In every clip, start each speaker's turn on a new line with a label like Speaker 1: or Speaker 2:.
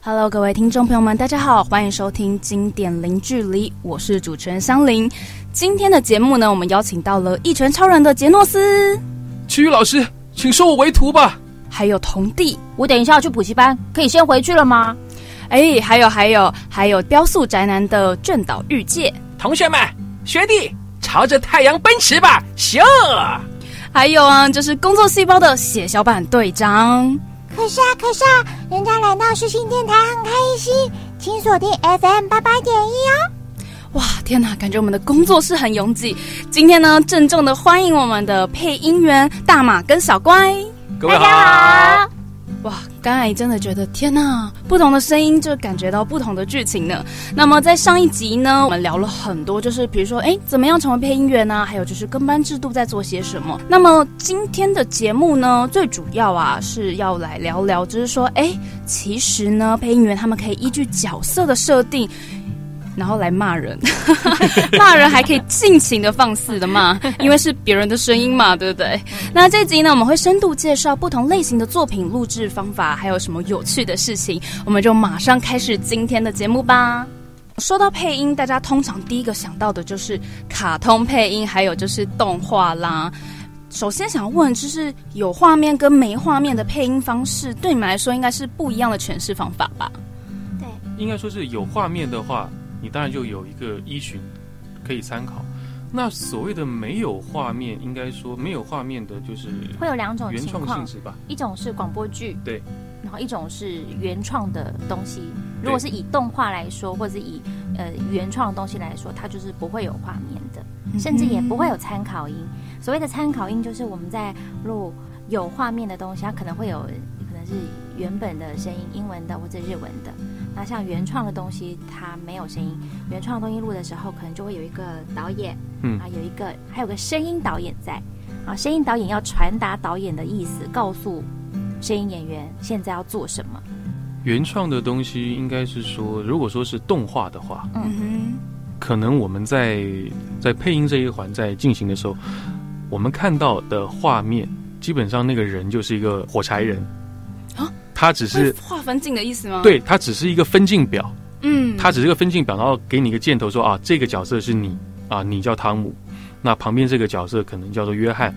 Speaker 1: Hello，各位听众朋友们，大家好，欢迎收听《经典零距离》，我是主持人香菱。今天的节目呢，我们邀请到了《一拳超人》的杰诺斯，
Speaker 2: 奇宇老师，请收我为徒吧。
Speaker 1: 还有童弟，
Speaker 3: 我等一下要去补习班，可以先回去了吗？
Speaker 1: 哎，还有还有还有雕塑宅男的卷岛玉介，
Speaker 2: 同学们，学弟，朝着太阳奔驰吧！咻！
Speaker 1: 还有啊，就是工作细胞的血小板队长。
Speaker 4: 可是啊，可是啊，人家来到世新电台很开心，请锁定 FM 八八点一哦。
Speaker 1: 哇，天哪，感觉我们的工作室很拥挤。今天呢，郑重的欢迎我们的配音员大马跟小乖。
Speaker 2: 各 位好，
Speaker 1: 哇，刚才真的觉得天呐，不同的声音就感觉到不同的剧情呢。那么在上一集呢，我们聊了很多，就是比如说，哎，怎么样成为配音员呢、还有就是跟班制度在做些什么。那么今天的节目呢，最主要啊是要来聊聊，就是说，哎，其实呢，配音员他们可以依据角色的设定。然后来骂人， 骂人还可以尽情的放肆的骂，因为是别人的声音嘛，对不对？那这集呢，我们会深度介绍不同类型的作品录制方法，还有什么有趣的事情，我们就马上开始今天的节目吧。说到配音，大家通常第一个想到的就是卡通配音，还有就是动画啦。首先想问，就是有画面跟没画面的配音方式，对你们来说应该是不一样的诠释方法吧？
Speaker 2: 应该说是有画面的话，你当然就有一个依循可以参考。那所谓的没有画面，应该说没有画面的就是
Speaker 3: 会有两种
Speaker 2: 原
Speaker 3: 情
Speaker 2: 创性
Speaker 3: 况，
Speaker 2: 质吧？
Speaker 3: 一种是广播剧，
Speaker 2: 对，
Speaker 3: 然后一种是原创的东西。如果是以动画来说，或者是以呃原创的东西来说，它就是不会有画面的，甚至也不
Speaker 2: 嗯
Speaker 3: 会有参考音。所谓的参考音，就是我们在录有画面的东西，它可能会有可能是原本的声音，英文的或者日文的。那像原创的东西，它没有声音。原创的东西录的时候，可能就会有一个导演，
Speaker 2: 嗯
Speaker 3: 啊，有一个还有个声音导演在，啊，声音导演要传达导演的意思，告诉声音演员现在要做什么。
Speaker 2: 原创的东西应该是说，如果说是动画的话，
Speaker 1: 嗯
Speaker 2: 可能我们在在配音这一环在进行的时候，我们看到的画面，基本上那个人就是一个火柴人
Speaker 1: 啊，
Speaker 2: 他只
Speaker 1: 哼，会
Speaker 2: 是
Speaker 1: 划分镜的意思吗？，
Speaker 2: 对他只是一个分镜表，
Speaker 1: 嗯，
Speaker 2: 他只是一个分镜表，然后给你一个箭头说啊，这个角色是你啊，你叫汤姆，那旁边这个角色可能叫做约翰，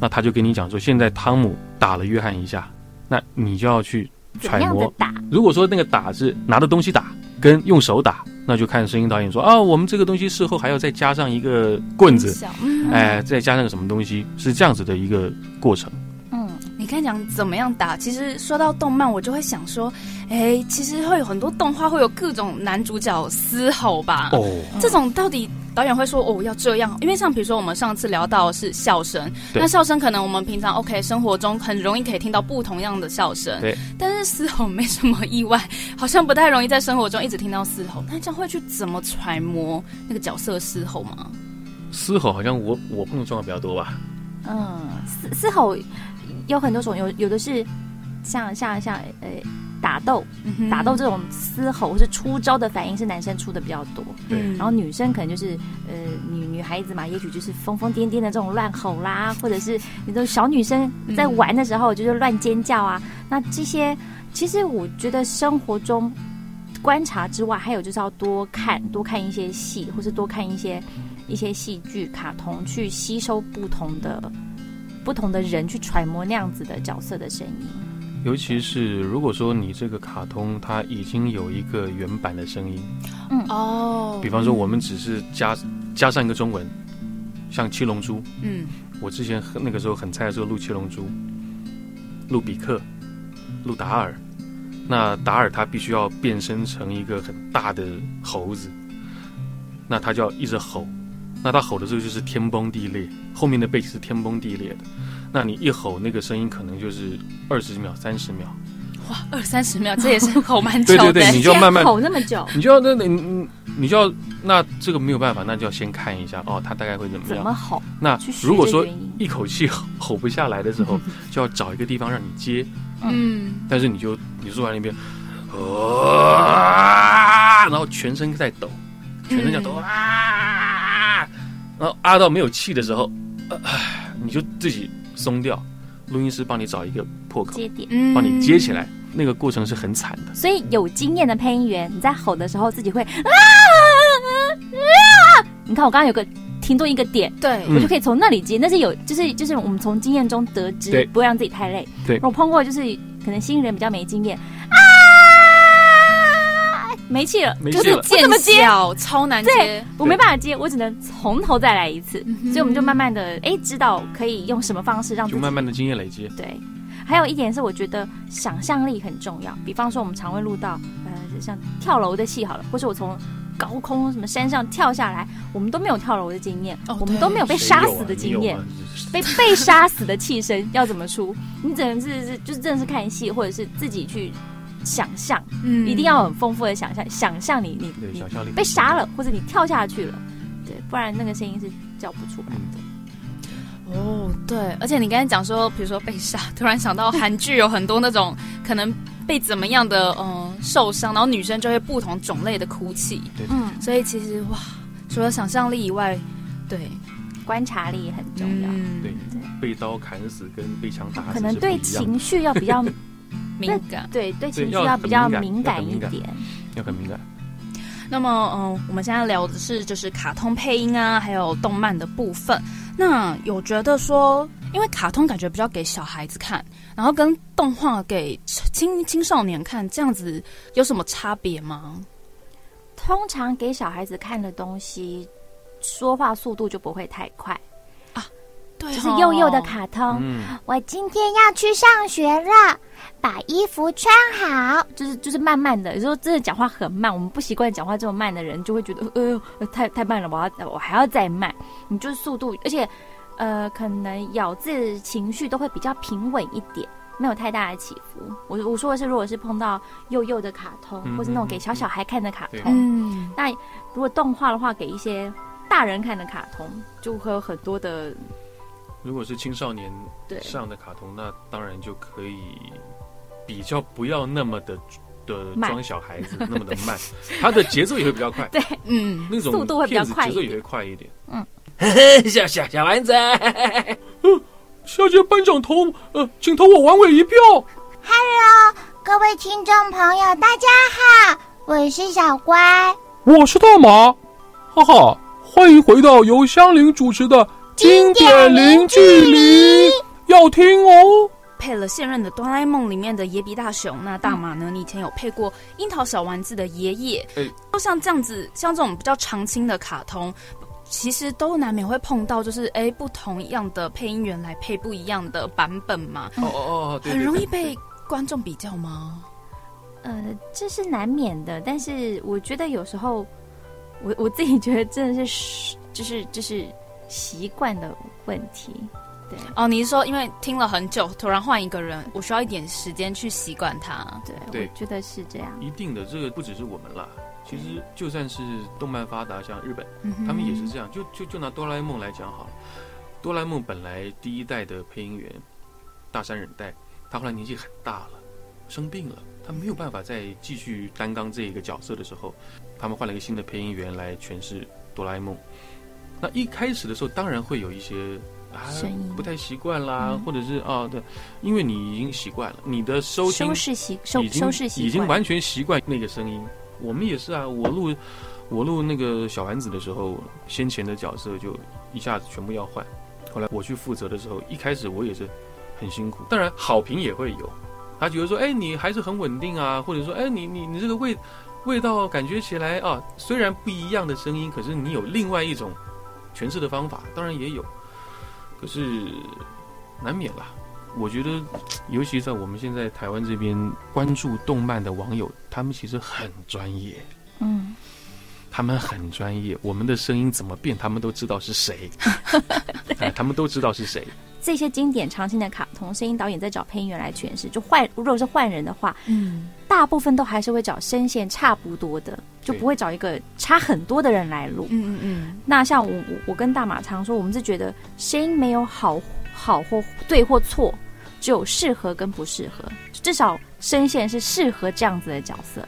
Speaker 2: 那他就跟你讲说，现在汤姆打了约翰一下，那你就要去
Speaker 3: 怎么
Speaker 2: 揣
Speaker 3: 样
Speaker 2: 摩
Speaker 3: 的打？
Speaker 2: 如果说那个打是拿着东西打，跟用手打，那就看声音导演说啊，我们这个东西事后还要再加上一个棍子，
Speaker 1: 小，嗯，
Speaker 2: 哎，再加上个什么东西，是这样子的一个过程。
Speaker 3: 嗯，
Speaker 1: 你刚才讲怎么样打？其实说到动漫，我就会想说，哎，其实会有很多动画会有各种男主角嘶吼吧？
Speaker 2: 哦，
Speaker 1: 这种到底导演会说哦要这样？因为像比如说我们上次聊到的是笑声，
Speaker 2: 对
Speaker 1: 那笑声可能我们平常 OK 生活中很容易可以听到不同样的笑声，
Speaker 2: 对。
Speaker 1: 但是嘶吼没什么意外，好像不太容易在生活中一直听到嘶吼。那这样会去怎么揣摩那个角色嘶吼吗？
Speaker 2: 嘶吼好像我我碰的状况比较多吧。
Speaker 3: 嗯，嘶嘶吼有很多种，有有的是像像像呃打斗，
Speaker 1: 嗯哼
Speaker 3: 打斗这种嘶吼或是出招的反应是男生出的比较多，
Speaker 2: 对
Speaker 1: 嗯
Speaker 3: 然后女生可能就是呃女女孩子嘛，也许就是疯疯癫癫的这种乱吼啦，或者是你都小女生在玩的时候就是乱尖叫啊，那这些其实我觉得生活中。观察之外，还有就是要多看多看一些戏，或是多看一些一些戏剧、卡通，去吸收不同的不同的人，去揣摩那样子的角色的声音。
Speaker 2: 尤其是如果说你这个卡通它已经有一个原版的声音，
Speaker 1: 哦，
Speaker 2: 比方说我们只是加加上一个中文，像《七龙珠》，
Speaker 1: 嗯
Speaker 2: 我之前很那个时候很菜的时候录《七龙珠》，录比克，录达尔。那达尔他必须要变身成一个很大的猴子，那他就要一直吼。那他吼的时候就是天崩地裂，后面的背景是天崩地裂的。那你一吼，那个声音可能就是二十秒、三十秒。
Speaker 1: 二三十秒，这也 是吼蛮久
Speaker 2: 对
Speaker 1: 的。
Speaker 2: 对对，你就要慢慢
Speaker 3: 吼那么久，
Speaker 2: 你就要那那你你就要那这个没有办法，那就要先看一下哦，他大概会怎么
Speaker 3: 怎
Speaker 2: 样。
Speaker 3: 么吼？
Speaker 2: 那
Speaker 3: 去学
Speaker 2: 如果
Speaker 3: 这
Speaker 2: 说
Speaker 3: 原因
Speaker 2: 一口气 吼吼不下来 的时候，就要找一个地方让你接，
Speaker 1: 嗯。
Speaker 2: 但是你就你坐在 那边，啊，然后全身在抖，全身在
Speaker 3: 嗯
Speaker 2: 抖啊，然后啊到没有气的时候，呃唉你就自己松掉，录音师帮你找一个破口，
Speaker 3: 接点，哦
Speaker 1: 嗯
Speaker 2: 帮你接起来，那个过程是很惨的。
Speaker 3: 所以有经验的配音员，你在吼的时候自己会啊啊！你看我刚刚有个停顿一个点，
Speaker 1: 对
Speaker 2: 嗯
Speaker 3: 我就可以从那里接，那是有就是就是我们从经验中得
Speaker 2: 对
Speaker 3: 知，不会让自己太累。
Speaker 2: 对
Speaker 3: 我碰过就是可能新人比较没经验啊，没气了，
Speaker 2: 没
Speaker 3: 就
Speaker 2: 气
Speaker 3: 是
Speaker 2: 了
Speaker 1: 见
Speaker 3: 我怎么接？
Speaker 1: 小超难接
Speaker 3: 对，我没办法接，我只能从头再来一次。所以我们就慢慢的哎，知道可以用什么方式让自
Speaker 2: 就
Speaker 3: 己
Speaker 2: 慢慢的经验累积，
Speaker 3: 对，还有一点是我觉得想象力很重要。比方说我们常会录到，呃，像跳楼的戏好了，或是我从高空什么山上跳下来，我们都没有跳楼的经验，
Speaker 1: 哦
Speaker 3: 我们都没有被
Speaker 2: 谁
Speaker 3: 杀
Speaker 2: 有啊
Speaker 3: 死的
Speaker 2: 你
Speaker 3: 经
Speaker 2: 有
Speaker 3: 验
Speaker 2: 吗，
Speaker 3: 被被杀死的替身要怎么出？你只能是是就是真的是看戏，或者是自己去想象，
Speaker 1: 嗯
Speaker 3: 一定要有很丰富的想象，想象你你
Speaker 2: 对
Speaker 3: 你
Speaker 2: 想象力
Speaker 3: 被杀了，或者你跳下去了，对，不然那个声音是叫不出来的。
Speaker 1: 哦，对，而且你刚才讲说，比如说被杀，突然想到韩剧有很多那种可能被怎么样的嗯、呃受伤，然后女生就会不同种类的哭泣，
Speaker 3: 嗯，
Speaker 1: 所以其实哇，除了想象力以外，对，
Speaker 3: 嗯观察力也很重要。
Speaker 1: 嗯
Speaker 2: 对被刀砍死跟被枪打死
Speaker 3: 可能
Speaker 2: 是不
Speaker 3: 对
Speaker 2: 一样的
Speaker 3: 情绪要比 较
Speaker 1: 敏感。
Speaker 3: 对对情绪
Speaker 2: 要
Speaker 3: 要
Speaker 2: 很
Speaker 3: 比较
Speaker 2: 敏
Speaker 3: 敏感
Speaker 2: 感要很
Speaker 3: 一
Speaker 2: 敏感
Speaker 3: 点。
Speaker 2: 要很敏感。
Speaker 1: 那么，嗯、我们现在聊的是就是卡通配音啊，还有动漫的部分。那有觉得说，因为卡通感觉比较给小孩子看，然后跟动画给青青少年看，这样子有什么差别吗？
Speaker 3: 通常给小孩子看的东西，说话速度就不会太快，
Speaker 1: 对
Speaker 3: 就是幼幼的
Speaker 1: 哦
Speaker 3: 卡通，
Speaker 2: 嗯，
Speaker 4: 我今天要去上学了，把衣服穿好。
Speaker 3: 就是就是慢慢的。有时候真的讲话很慢，我们不习惯讲话这么慢的人，就会觉得呃呃太太慢了，我要我还要再慢。你就是速度，而且呃可能咬字情绪都会比较平稳一点。没有太大的起伏。我我说的是，如果是碰到幼幼的卡通，
Speaker 2: 嗯
Speaker 3: 或是那种
Speaker 2: 嗯
Speaker 3: 给
Speaker 2: 嗯
Speaker 3: 小小孩看的卡
Speaker 2: 对
Speaker 3: 通，
Speaker 1: 嗯，
Speaker 3: 如果动画的话，给一些大人看的卡通，就会有很多的
Speaker 2: 如果是青少年
Speaker 3: 对
Speaker 2: 上的卡通，那当然就可以比较不要那么的的
Speaker 3: 慢
Speaker 2: 装小孩 子，那么的慢，他的节奏也会比较快，
Speaker 1: 嗯，
Speaker 2: 那种
Speaker 3: 速度会比较快
Speaker 2: 片
Speaker 3: 一点
Speaker 2: 子节奏也会快一点。
Speaker 3: 嗯，
Speaker 5: 小小小丸子，
Speaker 2: 小姐，班长投呃，请投我王伟一票。
Speaker 4: 各位听众朋友，大家好，我是小乖。
Speaker 5: 我是大马，哈哈，欢迎回到由香菱主持的《经典零距离》，要听哦。
Speaker 1: 配了现任的哆啦 A 梦里面的野比大雄，那大马呢？你以前有配过樱桃小丸子的爷爷，
Speaker 2: 哎
Speaker 1: 就像这样子，像这种比较常青的卡通，其实都难免会碰到，就是哎不同样的配音员来配不一样的版本嘛，
Speaker 2: 哦哦哦，对，
Speaker 1: 很
Speaker 2: 对
Speaker 1: 容易
Speaker 2: 对对
Speaker 1: 被观众比较吗？
Speaker 3: 呃，这是难免的。但是我觉得有时候，我我自己觉得真的是就是就是习惯的问题。对
Speaker 1: 哦，你是说因为听了很久，突然换一个人，我需要一点时间去习惯他？
Speaker 3: 对，
Speaker 2: 对
Speaker 3: 我觉得是这样。
Speaker 2: 一定的，这个不只是我们啦。其实就算是动漫发达，像日本，
Speaker 1: 嗯哼
Speaker 2: 他们也是这样。就就就拿哆啦 A 梦来讲好了，哆啦 A 梦本来第一代的配音员大山忍代，他后来年纪很大了，生病了，他没有办法再继续担当这一个角色的时候，他们换了一个新的配音员来诠释哆啦 A 梦。那一开始的时候，当然会有一些啊
Speaker 3: 声音
Speaker 2: 不太习惯啦，或者是啊对，因为你已经习惯了，你的收听
Speaker 3: 收视习收
Speaker 2: 已经
Speaker 3: 收视习惯
Speaker 2: 已经完全习惯那个声音。我们也是啊，我录我录那个小丸子的时候，先前的角色就一下子全部要换。后来我去负责的时候，一开始我也是很辛苦，当然好评也会有，他觉得说，哎，你还是很稳定啊，或者说，哎，你你你这个味味道感觉起来啊，虽然不一样的声音，可是你有另外一种诠释的方法，当然也有，可是难免啦。我觉得，尤其在我们现在台湾这边关注动漫的网友，他们其实很专业，
Speaker 3: 嗯，
Speaker 2: 他们很专业，我们的声音怎么变，他们都知道是 谁，哎，他们都知道是谁。
Speaker 3: 这些经典常青的卡通，声音导演在找配音员来诠释。就换如果是换人的话，
Speaker 1: 嗯，
Speaker 3: 大部分都还是会找声线差不多的，就
Speaker 2: 对
Speaker 3: 不会找一个差很多的人来录。
Speaker 1: 嗯嗯嗯，
Speaker 3: 那像我我我跟大马常说，我们是觉得声音没有好好或对或错，只有适合跟不适合。至少声线是适合这样子的角色，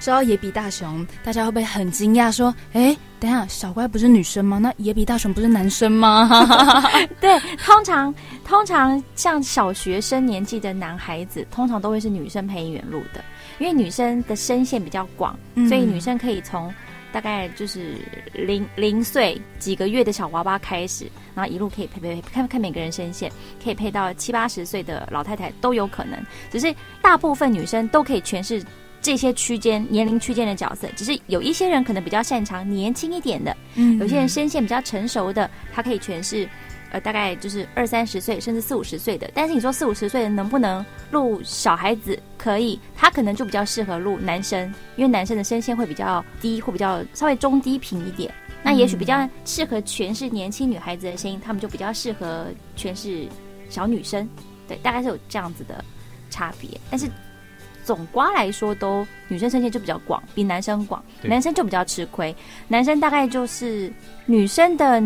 Speaker 1: 说到野比大雄，大家会不会很惊讶？说，哎，等一下，小乖不是女生吗？那野比大雄不是男生吗？
Speaker 3: 对，通常通常像小学生年纪的男孩子，通常都会是女生配音员录的，因为女生的声线比较广，
Speaker 1: 嗯
Speaker 3: 所以女生可以从大概就是零零岁几个月的小娃娃开始，然后一路可以配配配，看看每个人声线，可以配到七八十岁的老太太都有可能。只是大部分女生都可以诠释这些区间年龄区间的角色，只是有一些人可能比较擅长年轻一点的，
Speaker 1: 嗯
Speaker 3: 有些人声线比较成熟的，他可以诠释，呃，大概就是二三十岁，甚至四五十岁的。但是你说四五十岁的能不能录小孩子？可以，他可能就比较适合录男生，因为男生的声线会比较低，会比较稍微中低频一点。那也许比较适合诠释年轻女孩子的声音，他们就比较适合诠释小女生。对，大概是有这样子的差别。但是总瓜来说都，女生声线就比较广，比男生广，
Speaker 2: 对
Speaker 3: 男生就比较吃亏。男生大概就是女生的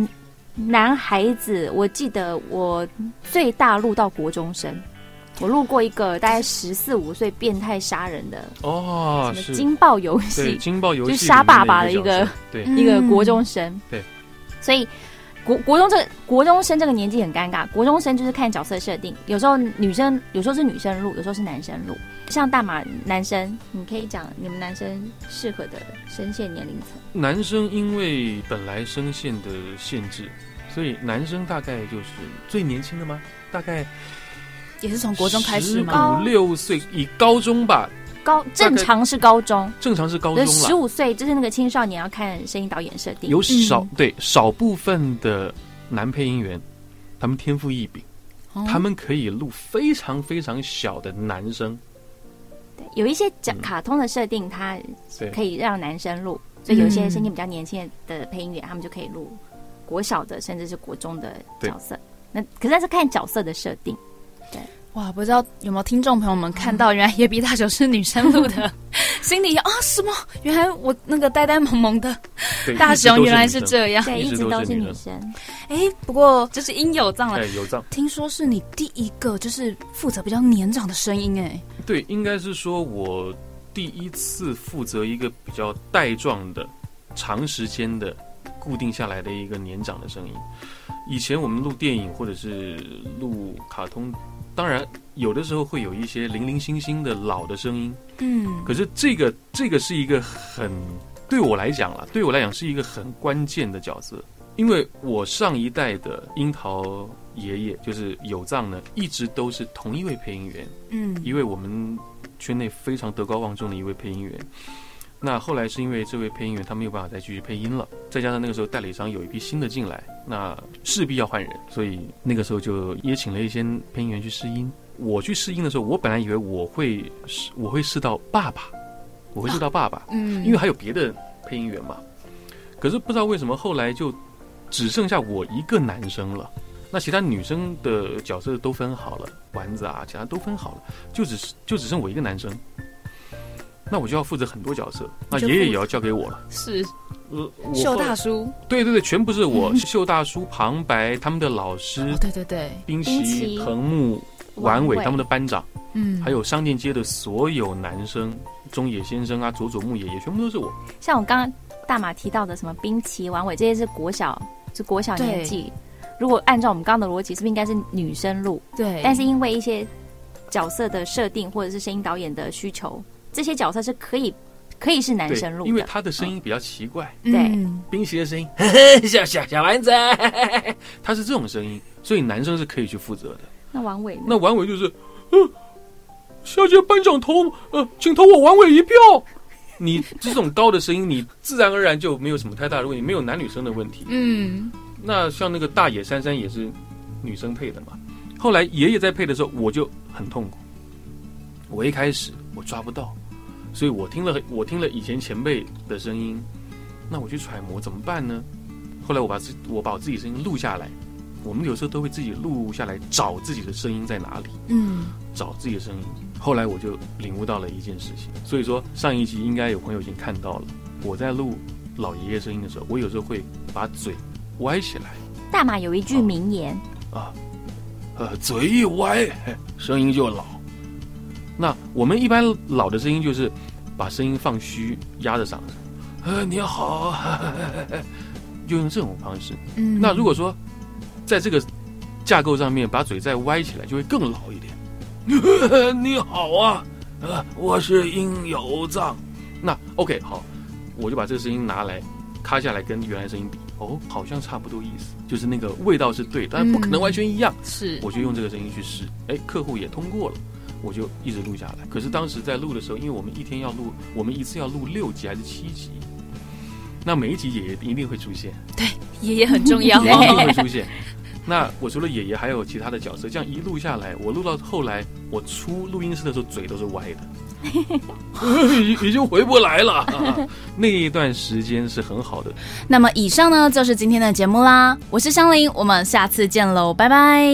Speaker 3: 男孩子，我记得我最大录到国中生，我录过一个大概十四五岁变态杀人的
Speaker 2: 哦，
Speaker 3: 什
Speaker 2: 是
Speaker 3: 么惊爆游
Speaker 2: 对
Speaker 3: 戏，
Speaker 2: 惊爆游戏
Speaker 3: 就是杀爸爸
Speaker 2: 里面
Speaker 3: 的一个
Speaker 2: 角
Speaker 3: 嗯
Speaker 2: 色，对，
Speaker 3: 一个国中生。
Speaker 2: 对，
Speaker 3: 所以国国中这个国中生这个年纪很尴尬，国中生就是看角色设定，有时候女生有时候是女生录，有时候是男生录。像大马男生，你可以讲你们男生适合的声线年龄层。
Speaker 2: 男生因为本来声线的限制，所以男生大概就是最年轻的吗？大概
Speaker 1: 也是从国中开始吗？
Speaker 2: 十五六岁，以高中吧，
Speaker 3: 高正常是高中，
Speaker 2: 正常是高
Speaker 3: 就
Speaker 2: 中
Speaker 3: 是十
Speaker 2: 了。
Speaker 3: 五岁，就是那个青少年要看声音导演设定。
Speaker 2: 有少、
Speaker 1: 嗯
Speaker 2: 对少部分的男配音员，他们天赋异禀，
Speaker 1: 哦
Speaker 2: 他们可以录非常非常小的男生。
Speaker 3: 有一些讲
Speaker 2: 嗯
Speaker 3: 卡通的设定，它
Speaker 2: 对
Speaker 3: 可以让男生录，所以有些
Speaker 1: 嗯
Speaker 3: 声音比较年轻的配音员，他们就可以录国小的甚至是国中的角色。那可是那是看角色的设定，
Speaker 1: 哇，不知道有没有听众朋友们看到，原来野比大雄是女生录的，心里啊什么？原来我那个呆呆萌萌的
Speaker 2: 对，
Speaker 1: 大雄
Speaker 2: 一直都
Speaker 1: 原来
Speaker 2: 女
Speaker 1: 是
Speaker 2: 生。
Speaker 1: 这 样。
Speaker 3: 对，
Speaker 2: 啊一
Speaker 3: 一
Speaker 2: 直
Speaker 3: 直
Speaker 2: 都
Speaker 3: 都
Speaker 2: 是
Speaker 3: 是
Speaker 2: 女
Speaker 3: 女
Speaker 2: 人
Speaker 3: 生。
Speaker 1: 哎，不过就是应有藏了
Speaker 2: 哎，。有藏。
Speaker 1: 听说是你第一个就是负责比较年长的声音，哎，
Speaker 2: 对，应该是说我第一次负责一个比较带状的、长时间的、固定下来的一个年长的声音。以前我们录电影或者是录卡通，当然有的时候会有一些零零星星的老的声音，
Speaker 1: 嗯，
Speaker 2: 可是这个这个是一个很对我来讲啦，对我来讲是一个很关键的角色，因为我上一代的樱桃爷爷就是有藏呢，一直都是同一位配音员。
Speaker 1: 嗯，
Speaker 2: 一位我们圈内非常德高望重的一位配音员。那后来是因为这位配音员他没有办法再继续配音了，再加上那个时候代理商有一批新的进来，那势必要换人，所以那个时候就也请了一些配音员去试音。我去试音的时候，我本来以为我会试，我会试到爸爸，我会试到爸爸，
Speaker 1: 嗯，
Speaker 2: 因为还有别的配音员嘛。可是不知道为什么后来就只剩下我一个男生了，那其他女生的角色都分好了，丸子啊，其他都分好了，就只是就只剩我一个男生。那我就要负责很多角色，那
Speaker 1: 就
Speaker 2: 爷爷
Speaker 1: 负
Speaker 2: 也要交给我了。
Speaker 1: 是
Speaker 2: 呃，我
Speaker 1: 秀
Speaker 2: 后
Speaker 1: 大叔，
Speaker 2: 对对对，全部 是我。秀大叔、旁白他们的老师
Speaker 1: 哦，对对对，
Speaker 2: 冰
Speaker 3: 冰崎
Speaker 2: 崎、藤木、丸尾他们的班长，
Speaker 1: 嗯，
Speaker 2: 还有商店街的所有男生，中野先生啊、佐佐木爷爷，全部都是我。
Speaker 3: 像我刚刚大马提到的什么冰崎、丸尾，这些是国小，是国小年纪。如果按照我们刚刚的逻辑，是不是应该是女生录？
Speaker 1: 对，
Speaker 3: 但是因为一些角色的设定或者是声音导演的需求，这些角色是可以可以是男
Speaker 2: 对
Speaker 3: 生录，的，嗯
Speaker 2: 因为他的声音比较奇怪，
Speaker 3: 对
Speaker 1: 嗯
Speaker 2: 冰淇的声音， 小小小丸子，他是这种声音，所以男生是可以去负责的。
Speaker 3: 那王伟呢
Speaker 2: 那丸尾就是，呃，小姐班长投，呃，请投我丸尾一票。你这种高的声音，你自然而然就没有什么太大的问题，没有男女生的问题。
Speaker 1: 嗯，
Speaker 2: 那像那个大野杉杉也是女生配的嘛。后来爷爷在配的时候，我就很痛苦。我一开始我抓不到，所以我听了我听了以前前辈的声音，那我去揣摩怎么办呢？后来我把自我把我自己声音录下来，我们有时候都会自己录下来找自己的声音在哪里，
Speaker 1: 嗯，
Speaker 2: 找自己的声音。后来我就领悟到了一件事情，所以说上一集应该有朋友已经看到了，我在录老爷爷声音的时候，我有时候会把嘴歪起来。
Speaker 3: 大马有一句名言，
Speaker 2: 呃，嘴一歪，嘿声音就老。那我们一般老的声音就是把声音放虚，压着嗓子，呃，你好， 就用这种方式。
Speaker 1: 嗯
Speaker 2: 那如果说在这个架构上面把嘴再歪起来，就会更老一点。你好啊，呃，我是应有藏。那 OK 好，我就把这个声音拿来咔下来跟原来声音比，哦，好像差不多意思，就是那个味道是对，但不可能完全一样。
Speaker 1: 是
Speaker 2: 我就用这个声音去试，哎，客户也通过了，我就一直录下来。可是当时在录的时候，因为我们一天要录，我们一次要录六集还是七集，那每一集也一定会出现，
Speaker 1: 爷爷很重 要
Speaker 2: 一 定会出现。那我除了爷爷，还有其他的角色，这样一录下来，我录到后来，我出录音室的时候 嘴都是歪的，已经已经回不来了、 啊那一段时间是很好的，
Speaker 1: 那么以上呢就是今天的节目啦，我是香菱，我们下次见喽，拜拜。